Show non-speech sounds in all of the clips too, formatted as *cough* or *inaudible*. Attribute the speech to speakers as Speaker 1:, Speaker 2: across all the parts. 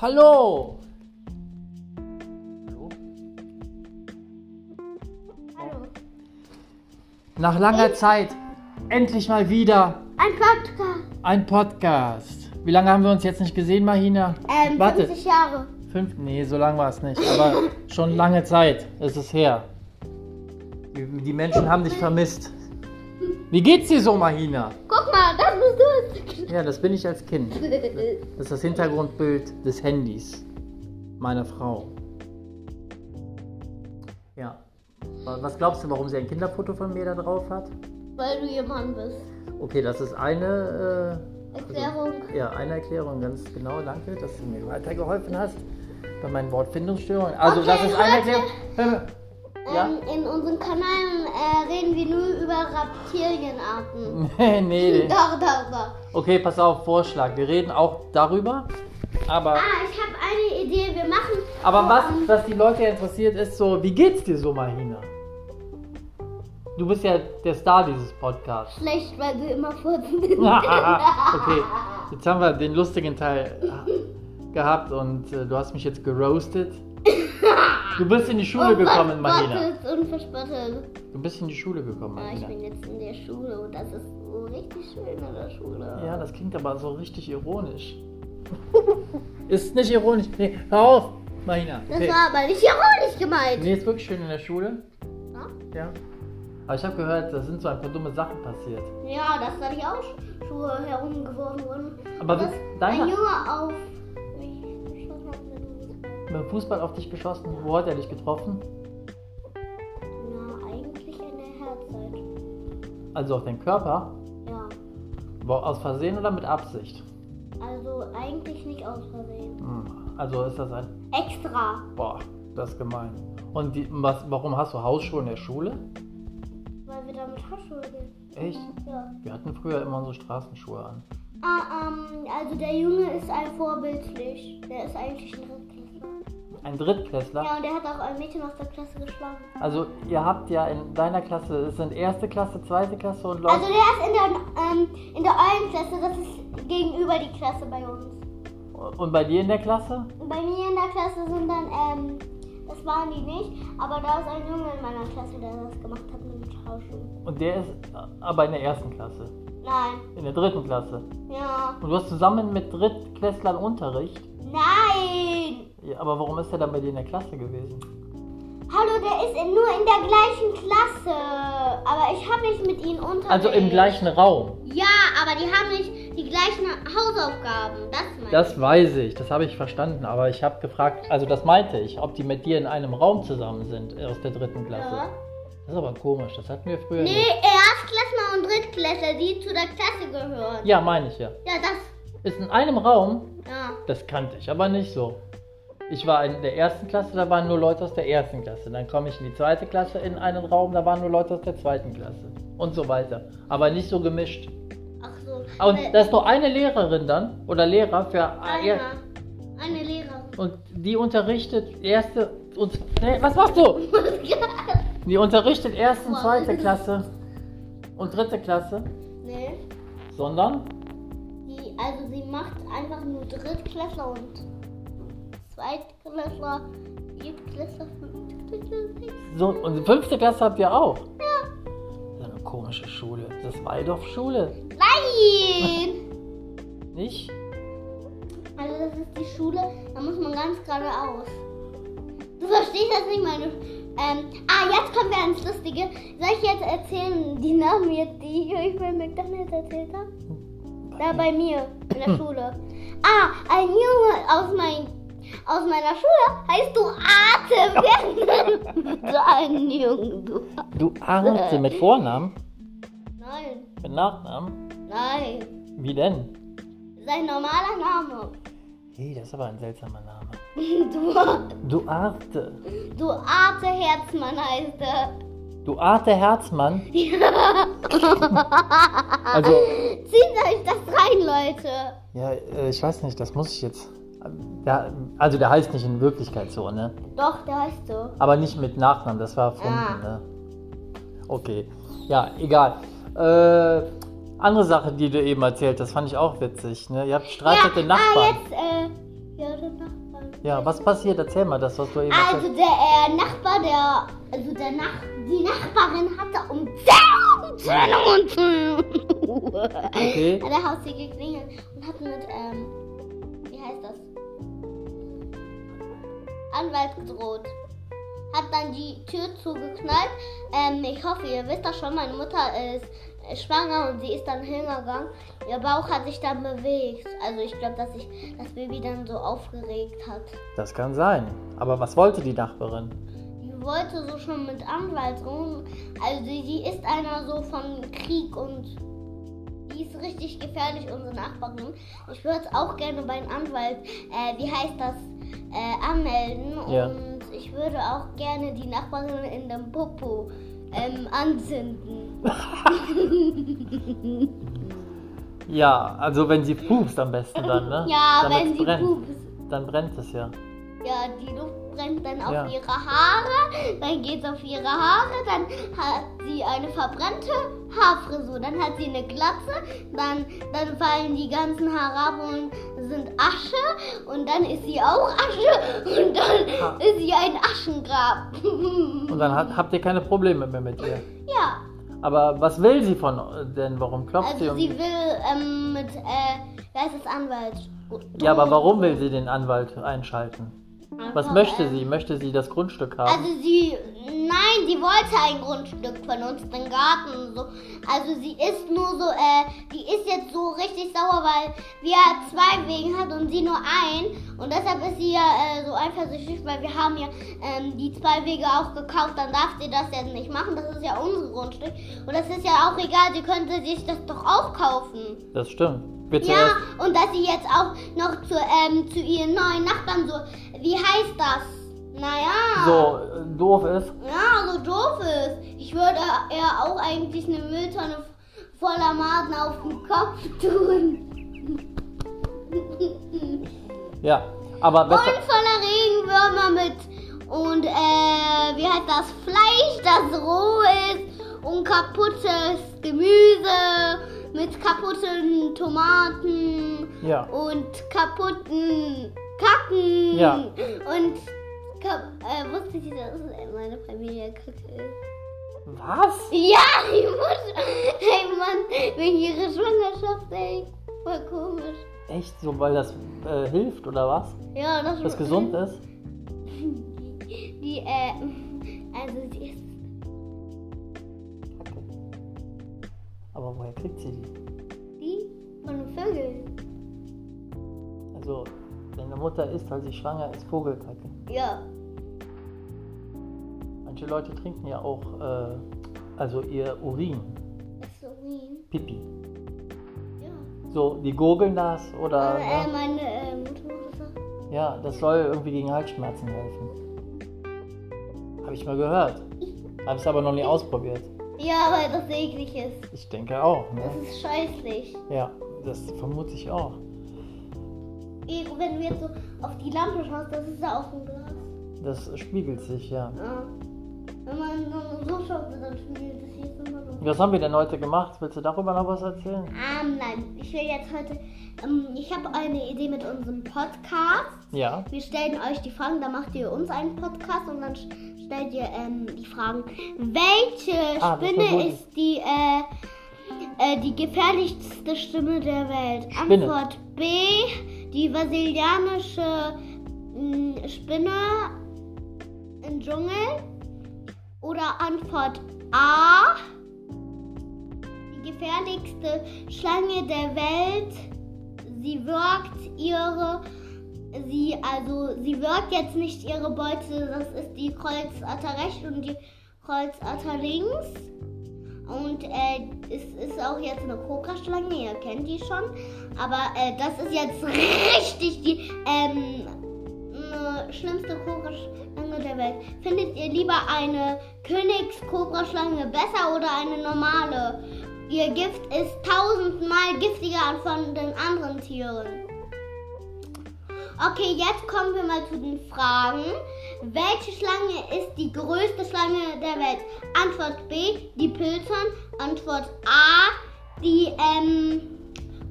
Speaker 1: Hallo! Hallo?
Speaker 2: Hallo.
Speaker 1: Nach langer Zeit endlich mal wieder
Speaker 2: Ein Podcast.
Speaker 1: ein Podcast. Wie lange haben wir uns jetzt nicht gesehen, Mahina?
Speaker 2: Ähm,
Speaker 1: Warte,
Speaker 2: 50 Jahre.
Speaker 1: fünf, nee, so lange war es nicht, aber schon lange Zeit ist es her. Die die Menschen haben dich vermisst. Wie geht's dir so, Mahina?
Speaker 2: Guck mal, das bist
Speaker 1: Ja, das bin ich als Kind.
Speaker 2: du. *laughs*
Speaker 1: Das ist das Hintergrundbild des Handys meiner Frau. Ja. Wa- Was glaubst du, warum sie ein Kinderfoto von mir da drauf hat?
Speaker 2: Weil du ihr Mann bist.
Speaker 1: Okay, das ist eine,
Speaker 2: Erklärung.
Speaker 1: äh, ja, eine Erklärung, ganz genau. Danke, dass du mir weitergeholfen hast bei meinen Wortfindungsstörungen. Also,
Speaker 2: Okay,
Speaker 1: das ist eine
Speaker 2: Leute.
Speaker 1: Erklärung. Hör mal. Ja?
Speaker 2: Ähm, in unserem Kanal äh, reden wir nur über Reptilienarten.
Speaker 1: *laughs* Nee, nee.
Speaker 2: Doch, doch, doch.
Speaker 1: Okay, pass auf, Vorschlag. Wir reden auch darüber, aber.
Speaker 2: Ah, ich habe eine Idee. Wir machen.
Speaker 1: Aber was,
Speaker 2: Ähm,
Speaker 1: was die Leute ja interessiert, ist so, wie geht's dir so, Mahina? Du bist ja der Star dieses Podcasts. *laughs*
Speaker 2: Schlecht, weil du immer furzen bist.
Speaker 1: okay, jetzt haben wir den lustigen Teil gehabt und äh, du hast mich jetzt geroastet. Du bist in
Speaker 2: Oh
Speaker 1: die Schule gekommen, Mahina.
Speaker 2: Unverspottet, unverspottet.
Speaker 1: Du bist in die Schule gekommen,
Speaker 2: Ja, Ah, ich
Speaker 1: Mahina.
Speaker 2: bin jetzt in der Schule und das ist so richtig schön in der Schule.
Speaker 1: Ja, das klingt aber so richtig ironisch. *laughs* Ist nicht ironisch. Nee, hör auf, Mahina.
Speaker 2: Das
Speaker 1: Nee.
Speaker 2: war aber nicht ironisch gemeint.
Speaker 1: nee, ist wirklich schön in der Schule.
Speaker 2: Ja?
Speaker 1: Ja. Aber ich habe gehört, da sind so ein paar dumme Sachen passiert.
Speaker 2: Ja, dass da die auch Schuhe herumgeworfen wurden.
Speaker 1: Aber
Speaker 2: dass
Speaker 1: wie- deine-
Speaker 2: ein Junge auf mich geschossen hat mit dem-
Speaker 1: Mit dem Fußball auf dich geschossen, wo hat er dich getroffen?
Speaker 2: Na, eigentlich in der Herzzeit.
Speaker 1: Also auf deinen Körper?
Speaker 2: Ja.
Speaker 1: War aus Versehen oder mit Absicht?
Speaker 2: Also eigentlich nicht aus Versehen.
Speaker 1: Hm, Also ist das ein.
Speaker 2: Extra.
Speaker 1: Boah, das ist gemein. Und die, was, warum hast du Hausschuhe in der Schule?
Speaker 2: Weil wir damit Hausschuhe gehen.
Speaker 1: Echt?
Speaker 2: Ja.
Speaker 1: Wir hatten früher immer unsere Straßenschuhe an.
Speaker 2: Ah, ähm, also der Junge ist ein vorbildlich. Der ist eigentlich ein Drittklässler.
Speaker 1: Ein Drittklässler?
Speaker 2: Ja, und der hat auch ein Mädchen aus der Klasse geschlagen.
Speaker 1: Also ihr habt ja in deiner Klasse, es sind erste Klasse, zweite Klasse und Leute.
Speaker 2: Also der ist in der, ähm, in der euren Klasse. Das ist gegenüber die Klasse bei uns.
Speaker 1: und bei dir in der Klasse?
Speaker 2: Bei mir in der Klasse sind dann, ähm, das waren die nicht, aber da ist ein Junge in meiner Klasse, der das gemacht hat mit dem Tauschen.
Speaker 1: Und der ist äh, aber in der ersten Klasse.
Speaker 2: Nein.
Speaker 1: In der dritten Klasse.
Speaker 2: Ja.
Speaker 1: Und du hast zusammen mit Drittklässlern Unterricht.
Speaker 2: Nein!
Speaker 1: Ja, aber warum ist er dann bei dir in der Klasse gewesen?
Speaker 2: Hallo, der ist in, nur in der gleichen Klasse. Aber ich habe nicht mit ihnen Unterricht.
Speaker 1: Also im gleichen Raum.
Speaker 2: Ja, aber die haben nicht die gleichen Hausaufgaben. Das meine
Speaker 1: Das weiß ich, das habe ich verstanden, aber ich habe gefragt, also das meinte ich, ob die mit dir in einem Raum zusammen sind äh, aus der dritten
Speaker 2: ich.
Speaker 1: Klasse.
Speaker 2: Ja.
Speaker 1: Das ist aber komisch, das hatten wir früher
Speaker 2: Nee,
Speaker 1: nicht.
Speaker 2: Erstklässler und Drittklässler, die zu der Klasse gehören.
Speaker 1: Ja, meine ich ja.
Speaker 2: Ja, das.
Speaker 1: Ist in einem Raum,
Speaker 2: Ja.
Speaker 1: das kannte ich, aber nicht so. Ich war in der ersten Klasse, da waren nur Leute aus der ersten Klasse. Dann komme ich in die zweite Klasse in einen Raum, da waren nur Leute aus der zweiten Klasse. Und so weiter. Aber nicht so gemischt.
Speaker 2: Ach so.
Speaker 1: Und ah,
Speaker 2: Weil-
Speaker 1: da ist nur eine Lehrerin dann, oder Lehrer für er-
Speaker 2: Einer. Eine Lehrerin. *laughs*
Speaker 1: Und die unterrichtet erste und nee, was machst du? Die unterrichtet erste und zweite Klasse und dritte Klasse,
Speaker 2: Nee.
Speaker 1: sondern
Speaker 2: Die, also sie macht einfach nur Drittklässler und Zweitklässler, Viertklässler, Fünftklässler, Sechstklässler.
Speaker 1: so und fünfte Klasse habt ihr auch. Ja. Eine komische Schule. Das Waldorfschule,
Speaker 2: Nein!
Speaker 1: nicht?
Speaker 2: Also das ist die Schule, da muss man ganz geradeaus. Du verstehst das nicht, meine... Ähm, ah, jetzt kommen wir ans Lustige. Soll ich jetzt erzählen, die Namen jetzt, die ich euch bei McDonalds erzählt habe? Da bei mir in der Schule. Ah, ein Junge aus, mein, aus meiner Schule heißt du Atem. so *laughs* ein Junge, du.
Speaker 1: Du Arte mit Vornamen,
Speaker 2: Nein,
Speaker 1: mit Nachnamen.
Speaker 2: nein.
Speaker 1: Wie denn?
Speaker 2: Sein normaler Name. *laughs*
Speaker 1: Hey, das ist aber ein seltsamer Name.
Speaker 2: Du,
Speaker 1: Du Arte.
Speaker 2: du Arte Herzmann heißt er.
Speaker 1: Du Arte Herzmann. Also
Speaker 2: Zieht euch das rein, Leute.
Speaker 1: Ja, äh, ich weiß nicht, das muss ich jetzt. Der, also der heißt nicht in Wirklichkeit so, ne?
Speaker 2: Doch, der heißt so.
Speaker 1: Aber nicht mit Nachnamen, das war erfunden,
Speaker 2: Ah.
Speaker 1: ne? Okay. Ja, egal. Äh, andere Sache, die du eben erzählt hast, fand ich auch witzig, ne? Ihr habt Streit mit den
Speaker 2: Ah,
Speaker 1: Nachbarn.
Speaker 2: jetzt, äh, ja, der Nachbar.
Speaker 1: Ja, was passiert? Erzähl mal das, was du eben
Speaker 2: Also der äh, Nachbar, der, also der Nach die Nachbarin hatte um 10 Uhr und 10 Uhr
Speaker 1: Okay.
Speaker 2: an der Haustür geklingelt und hat mit, ähm, wie heißt das? Anwalt gedroht. Hat dann die Tür zugeknallt. Ähm, ich hoffe, ihr wisst das schon, meine Mutter ist äh, schwanger und sie ist dann hingegangen. Ihr Bauch hat sich dann bewegt. Also ich glaube, dass sich das Baby dann so aufgeregt hat.
Speaker 1: Das kann sein. Aber was wollte die Nachbarin?
Speaker 2: Die wollte so schon mit Anwalt rum. Also sie ist einer so von Krieg und die ist richtig gefährlich, unsere Nachbarin. Ich würde es auch gerne bei einem Anwalt, äh, wie heißt das, äh, anmelden.
Speaker 1: Ja.
Speaker 2: Und ich würde auch gerne die Nachbarin in dem Popo ähm, anzünden.
Speaker 1: Ja, also wenn sie pupst am besten dann, ne?
Speaker 2: *laughs* Ja,
Speaker 1: Damit's
Speaker 2: wenn sie
Speaker 1: brennt.
Speaker 2: pupst.
Speaker 1: Dann brennt es ja.
Speaker 2: Ja, die Luft brennt dann auf
Speaker 1: Ja.
Speaker 2: ihre Haare, dann geht's auf ihre Haare, dann hat sie eine verbrennte Haarfrisur, dann hat sie eine Glatze, dann, dann fallen die ganzen Haare ab und sind Asche und dann ist sie auch Asche und dann
Speaker 1: Ha.
Speaker 2: ist sie ein Aschengrab. *laughs*
Speaker 1: Und dann hat, habt ihr keine Probleme mehr mit ihr.
Speaker 2: ja,
Speaker 1: Aber was will sie von äh, denn? Warum klopft sie?
Speaker 2: also
Speaker 1: um-
Speaker 2: sie will ähm, mit, äh, wer ist das Anwalt?
Speaker 1: ja, aber warum will sie den Anwalt einschalten? Was
Speaker 2: Einfach,
Speaker 1: möchte
Speaker 2: äh,
Speaker 1: sie? Möchte sie das Grundstück haben?
Speaker 2: Also sie, nein, sie wollte ein Grundstück von uns, den Garten und so. Also sie ist nur so, äh, die ist jetzt so richtig sauer, weil wir zwei Wegen hat und sie nur einen. Und deshalb ist sie ja äh, so eifersüchtig, weil wir haben ja ähm, die zwei Wege auch gekauft. Dann darf sie das jetzt nicht machen, das ist ja unser Grundstück. Und das ist ja auch egal, sie könnte sich das doch auch kaufen.
Speaker 1: das stimmt. Bitte.
Speaker 2: Ja, und dass sie jetzt auch noch zu, ähm, zu ihren neuen Nachbarn so, wie heißt das? Naja.
Speaker 1: So äh, doof ist.
Speaker 2: Ja, so doof ist. Ich würde eher auch eigentlich eine Mülltonne voller Maden auf den Kopf tun.
Speaker 1: Ja. *laughs* Aber
Speaker 2: Und
Speaker 1: besser.
Speaker 2: voller Regenwürmer mit und äh, wie heißt das Fleisch, das roh ist und kaputtes Gemüse mit kaputten Tomaten
Speaker 1: Ja.
Speaker 2: und kaputten Kacken
Speaker 1: Ja.
Speaker 2: und kap äh, wusste ich, dass meine Familie kacke ist.
Speaker 1: Was?
Speaker 2: Ja, die Mutter. Hey Mann, wenn ihre Schwangerschaft, ey, voll komisch.
Speaker 1: Echt so, weil das äh, hilft oder was?
Speaker 2: Ja, das
Speaker 1: Das gesund ist?
Speaker 2: Die, äh, also sie ist.
Speaker 1: Kacke. Aber woher kriegt sie die?
Speaker 2: Die von Vögeln.
Speaker 1: Also, deine Mutter ist, weil sie schwanger ist, Vogelkacke.
Speaker 2: Ja.
Speaker 1: Manche Leute trinken ja auch, äh, also ihr Urin,
Speaker 2: Ist so mean.
Speaker 1: Pipi.
Speaker 2: Ja.
Speaker 1: So, die gurgeln das oder.
Speaker 2: Aber, äh,
Speaker 1: ne?
Speaker 2: meine äh, Mutter macht das auch.
Speaker 1: Ja, das soll irgendwie gegen Halsschmerzen helfen. Habe ich mal gehört. Habe es aber noch nie ausprobiert.
Speaker 2: Ja, weil das eklig ist.
Speaker 1: Ich denke auch,
Speaker 2: Das
Speaker 1: ne?
Speaker 2: ist scheußlich.
Speaker 1: Ja, das vermute ich auch.
Speaker 2: Wie, Wenn du jetzt so auf die Lampe schaust, das ist ja auch ein Glas.
Speaker 1: Das spiegelt sich, ja.
Speaker 2: Ja. Wenn man so- so schaut, dann spiegelt das hier immer so.
Speaker 1: Was haben wir denn heute gemacht? Willst du darüber noch was erzählen?
Speaker 2: Ähm, nein, ich will jetzt heute. Ähm, ich habe eine Idee mit unserem Podcast.
Speaker 1: Ja.
Speaker 2: Wir stellen euch die Fragen, dann macht ihr uns einen Podcast und dann sch- stellt ihr ähm, die Fragen. Welche
Speaker 1: Ah, das war
Speaker 2: Spinne
Speaker 1: gut.
Speaker 2: ist die, äh, äh, die gefährlichste Stimme der Welt?
Speaker 1: Spinne.
Speaker 2: Antwort B, die brasilianische mh, Spinne im Dschungel. Oder Antwort A, die gefährlichste Schlange der Welt. Sie wirkt ihre, sie, also sie wirkt jetzt nicht ihre Beute, das ist die Kreuzader rechts und die Kreuzader links. Und äh, es ist auch jetzt eine Kokaschlange, ihr kennt die schon. Aber äh, das ist jetzt *laughs* richtig die ähm, äh, schlimmste Kobraschlange der Welt. Findet ihr lieber eine Königskobraschlange besser oder eine normale? Ihr Gift ist tausendmal giftiger als von den anderen Tieren. Okay, jetzt kommen wir mal zu den Fragen. Welche Schlange ist die größte Schlange der Welt? Antwort B, die Pilzern. Antwort A, die ähm,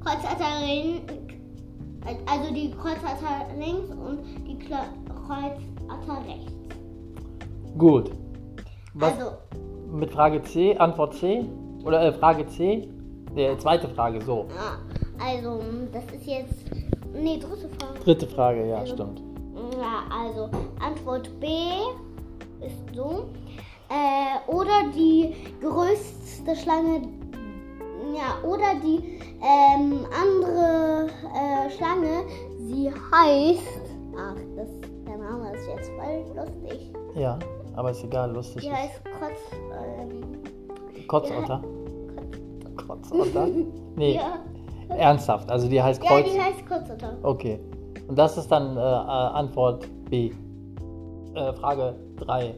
Speaker 2: Kreuzaderin Also die Kreuzader links und die Kle- Kreuzader rechts.
Speaker 1: Gut. Was
Speaker 2: Also,
Speaker 1: mit Frage C, Antwort C? Oder äh, Frage C? Nee, zweite Frage, so.
Speaker 2: ah, also, das ist jetzt. Nee, dritte Frage.
Speaker 1: Dritte Frage, ja,
Speaker 2: Also-
Speaker 1: stimmt.
Speaker 2: Ja, also Antwort B ist so. Äh, oder die größte Schlange. Ja, oder die ähm, andere äh, Schlange. Sie heißt. Ach, das, der Name ist jetzt voll lustig.
Speaker 1: Ja, aber ist egal, lustig.
Speaker 2: Die heißt Kotz. Ähm,
Speaker 1: ist. Kotzotter. Kotzotter? Nee,
Speaker 2: *laughs* ja.
Speaker 1: ernsthaft, also die heißt
Speaker 2: ja,
Speaker 1: Kreuz.
Speaker 2: die heißt Kotzotter.
Speaker 1: Okay. Und das ist dann äh, äh, Antwort B. Äh, Frage 3.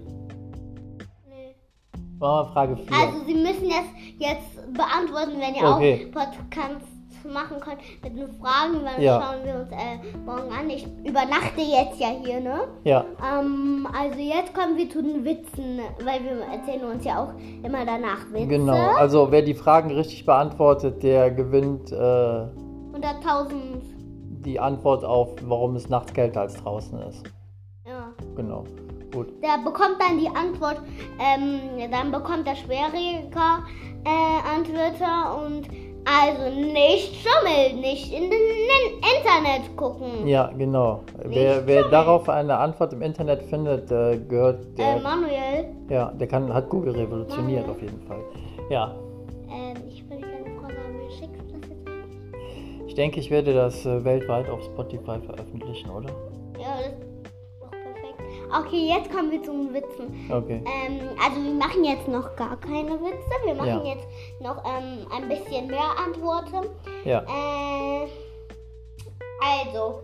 Speaker 2: Nee.
Speaker 1: Machen wir Frage 4.
Speaker 2: Also Sie müssen das jetzt beantworten, wenn ihr
Speaker 1: Okay.
Speaker 2: auch Podcasts machen könnt mit den Fragen, weil
Speaker 1: Ja.
Speaker 2: das schauen wir uns äh, morgen an. Ich übernachte jetzt ja hier, ne?
Speaker 1: ja,
Speaker 2: Ähm, also jetzt kommen wir zu den Witzen, weil wir erzählen uns ja auch immer danach Witze.
Speaker 1: genau. Also wer die Fragen richtig beantwortet, der gewinnt äh,
Speaker 2: 100.000.
Speaker 1: die Antwort auf, warum es nachts kälter als draußen ist.
Speaker 2: Ja.
Speaker 1: Genau. Gut.
Speaker 2: Der bekommt dann die Antwort, ähm, dann bekommt er schwieriger äh, Antwörter und also nicht schummeln, nicht in den Nin- Internet gucken.
Speaker 1: Ja, genau. Wer, wer darauf eine Antwort im Internet findet, äh, gehört der.
Speaker 2: Äh, Manuel,
Speaker 1: ja, der kann, hat Google revolutioniert auf jeden Fall. Ja.
Speaker 2: ähm, ich will dich eine Frage haben. Wie schickst du das jetzt eigentlich?
Speaker 1: Ich denke, ich werde das äh, weltweit auf Spotify veröffentlichen, oder?
Speaker 2: Ja, das ist doch perfekt. Okay, jetzt kommen wir zum Witzen.
Speaker 1: Okay.
Speaker 2: Ähm, also wir machen jetzt noch gar keine Witze. Wir machen
Speaker 1: Ja.
Speaker 2: jetzt noch ähm, ein bisschen mehr Antworten.
Speaker 1: Ja.
Speaker 2: Äh, also,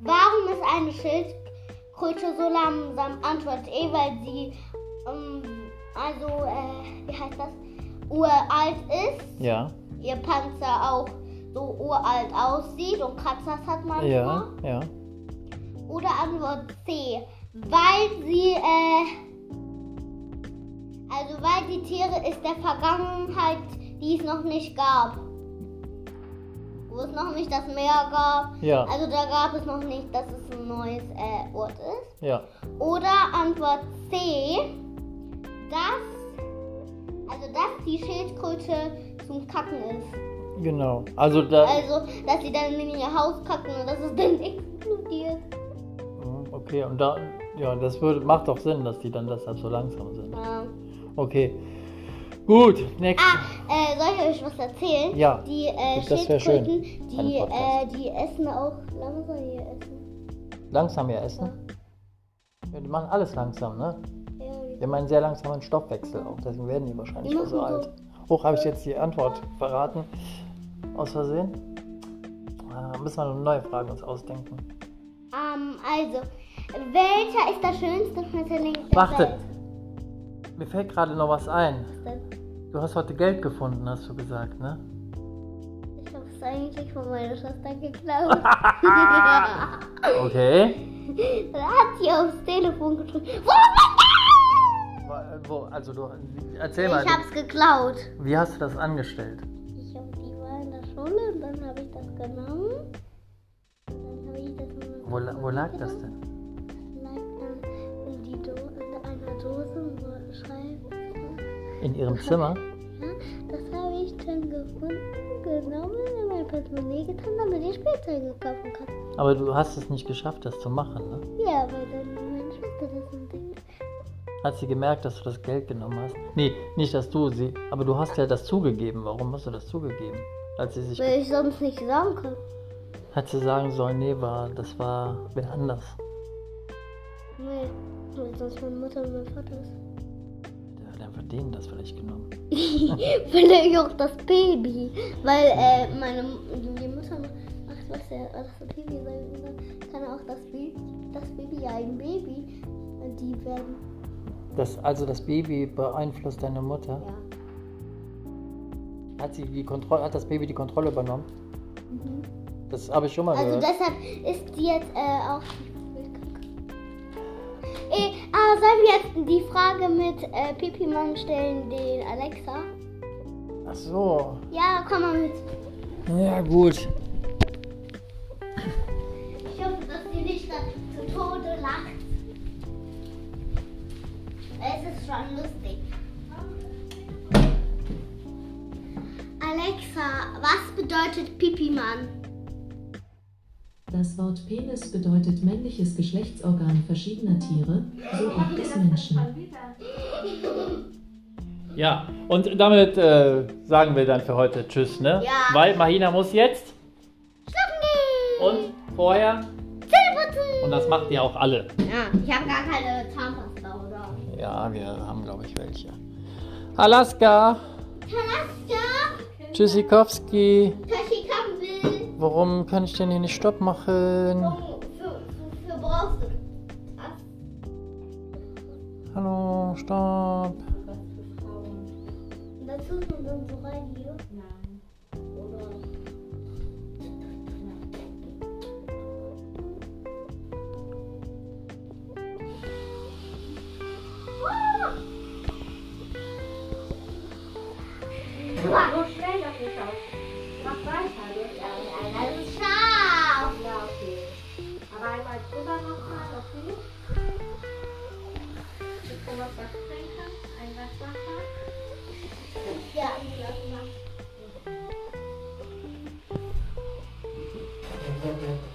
Speaker 2: warum ist eine Schildkröte so langsam? Antwort E, weil sie, ähm, also, äh, wie heißt das? Uralt ist.
Speaker 1: Ja.
Speaker 2: ihr Panzer auch so uralt aussieht und Kratzers hat manchmal.
Speaker 1: Ja. Ja.
Speaker 2: Oder Antwort C, weil sie, äh, also weil die Tiere ist der Vergangenheit, die es noch nicht gab. Wo es noch nicht das Meer gab.
Speaker 1: Ja.
Speaker 2: Also da gab es noch nicht, dass es ein neues äh, Ort ist.
Speaker 1: Ja.
Speaker 2: Oder Antwort C, dass, also dass die Schildkröte zum Kacken ist.
Speaker 1: Genau. Also da.
Speaker 2: Also, dass sie dann in ihr Haus kacken und dass es dann explodiert.
Speaker 1: Mhm, Okay, und da. Ja, das würde, macht doch Sinn, dass die dann deshalb so langsam sind.
Speaker 2: Ja.
Speaker 1: Okay. Gut, next.
Speaker 2: Ah, äh, soll ich euch was erzählen?
Speaker 1: Ja.
Speaker 2: Die äh,
Speaker 1: Das wär schön.
Speaker 2: Schildkröten, die,
Speaker 1: Ein
Speaker 2: äh,
Speaker 1: Podcast.
Speaker 2: die essen auch langsam ihr Essen.
Speaker 1: Langsam ja essen. Ja, die machen alles langsam, ne?
Speaker 2: Ja,
Speaker 1: Die haben einen sehr langsamen Stoffwechsel auch, deswegen werden die wahrscheinlich
Speaker 2: Die
Speaker 1: auch so
Speaker 2: machen
Speaker 1: alt. Hoch habe ich jetzt die Antwort verraten. Aus Versehen. Äh, müssen wir noch neue Fragen uns ausdenken.
Speaker 2: Ähm, also, welcher ist der schönste Schmetterling der
Speaker 1: Warte.
Speaker 2: Welt?
Speaker 1: Mir fällt gerade noch was ein.
Speaker 2: Das
Speaker 1: Du hast heute Geld gefunden, hast du gesagt, ne?
Speaker 2: Ich hab's eigentlich von meiner Schwester geklaut.
Speaker 1: *laughs*
Speaker 2: *laughs*
Speaker 1: Okay.
Speaker 2: da hat sie aufs Telefon gedrückt. Oh mein
Speaker 1: Wa- äh, Wo, also du, erzähl
Speaker 2: Gott!
Speaker 1: mal,
Speaker 2: Ich hab's geklaut.
Speaker 1: wie hast du das angestellt?
Speaker 2: Ich hab, die war in der Schule und dann habe ich das genommen. Und dann habe ich das in
Speaker 1: Wo, la- wo lag das denn?
Speaker 2: in, die Do in einer Dose und wollte schreiben.
Speaker 1: In ihrem Zimmer?
Speaker 2: Ja, das habe ich dann gefunden, genommen, in mein Portemonnaie getan, damit ich Spielzeuge kaufen kann.
Speaker 1: Aber du hast es nicht geschafft, das zu machen, ne?
Speaker 2: Ja, weil dann meine Schwester das entdeckt.
Speaker 1: Hat sie gemerkt, dass du das Geld genommen hast? Nee, nicht, dass du sie, aber du hast ja das zugegeben. Warum hast du das zugegeben? Als sie sich,
Speaker 2: Weil ich sonst nicht sagen kann.
Speaker 1: hat sie sagen sollen, nee, war, das war wer anders.
Speaker 2: Nee, weil sonst meine Mutter und mein Vater ist.
Speaker 1: Der hat einfach denen das vielleicht genommen.
Speaker 2: *laughs* Vielleicht auch das Baby, weil äh, meine die Mutter macht was er was das Baby sein und dann kann auch das Baby das Baby ja ein Baby und die werden
Speaker 1: Das, also das Baby beeinflusst deine Mutter?
Speaker 2: ja
Speaker 1: Hat, sie die Kontrolle, hat das Baby die Kontrolle übernommen? Das habe ich schon mal
Speaker 2: Mhm. also
Speaker 1: gehört.
Speaker 2: deshalb ist die jetzt äh, auch Ey, ah, sollen wir jetzt die Frage mit äh, Pipi-Mann stellen, den Alexa?
Speaker 1: Ach so.
Speaker 2: Ja, komm mal mit.
Speaker 1: Ja, gut.
Speaker 2: Es ist schon lustig. Alexa, was bedeutet Pipi-Mann?
Speaker 3: Das Wort Penis bedeutet männliches Geschlechtsorgan verschiedener Tiere, so auch des Menschen.
Speaker 1: Ja, und damit äh, sagen wir dann für heute Tschüss, ne?
Speaker 2: Ja.
Speaker 1: Weil Mahina muss jetzt
Speaker 2: Schlafen gehen!
Speaker 1: und vorher
Speaker 2: Zähne putzen!
Speaker 1: und das macht ihr auch alle.
Speaker 2: Ja, ich habe gar keine Zahnpasta, oder?
Speaker 1: Ja, wir haben glaube ich welche. Alaska,
Speaker 2: Alaska,
Speaker 1: Tschüssikowski,
Speaker 2: Toshikampel.
Speaker 1: warum kann ich denn hier nicht Stopp machen?
Speaker 2: Für, Oh, für, für Brause. Das
Speaker 1: Hallo, Stopp.
Speaker 2: Und Dazu ist man dann so rein hier.
Speaker 3: Nein.
Speaker 2: Oder?
Speaker 4: So schnell das nicht aus. Mach weiter, du.
Speaker 2: Ja, und einer ist scharf.
Speaker 4: Ja, okay. Aber einmal drüber nochmal, okay? Jetzt wo was trinken, ein Glas Wasser.
Speaker 2: Ja, und das macht.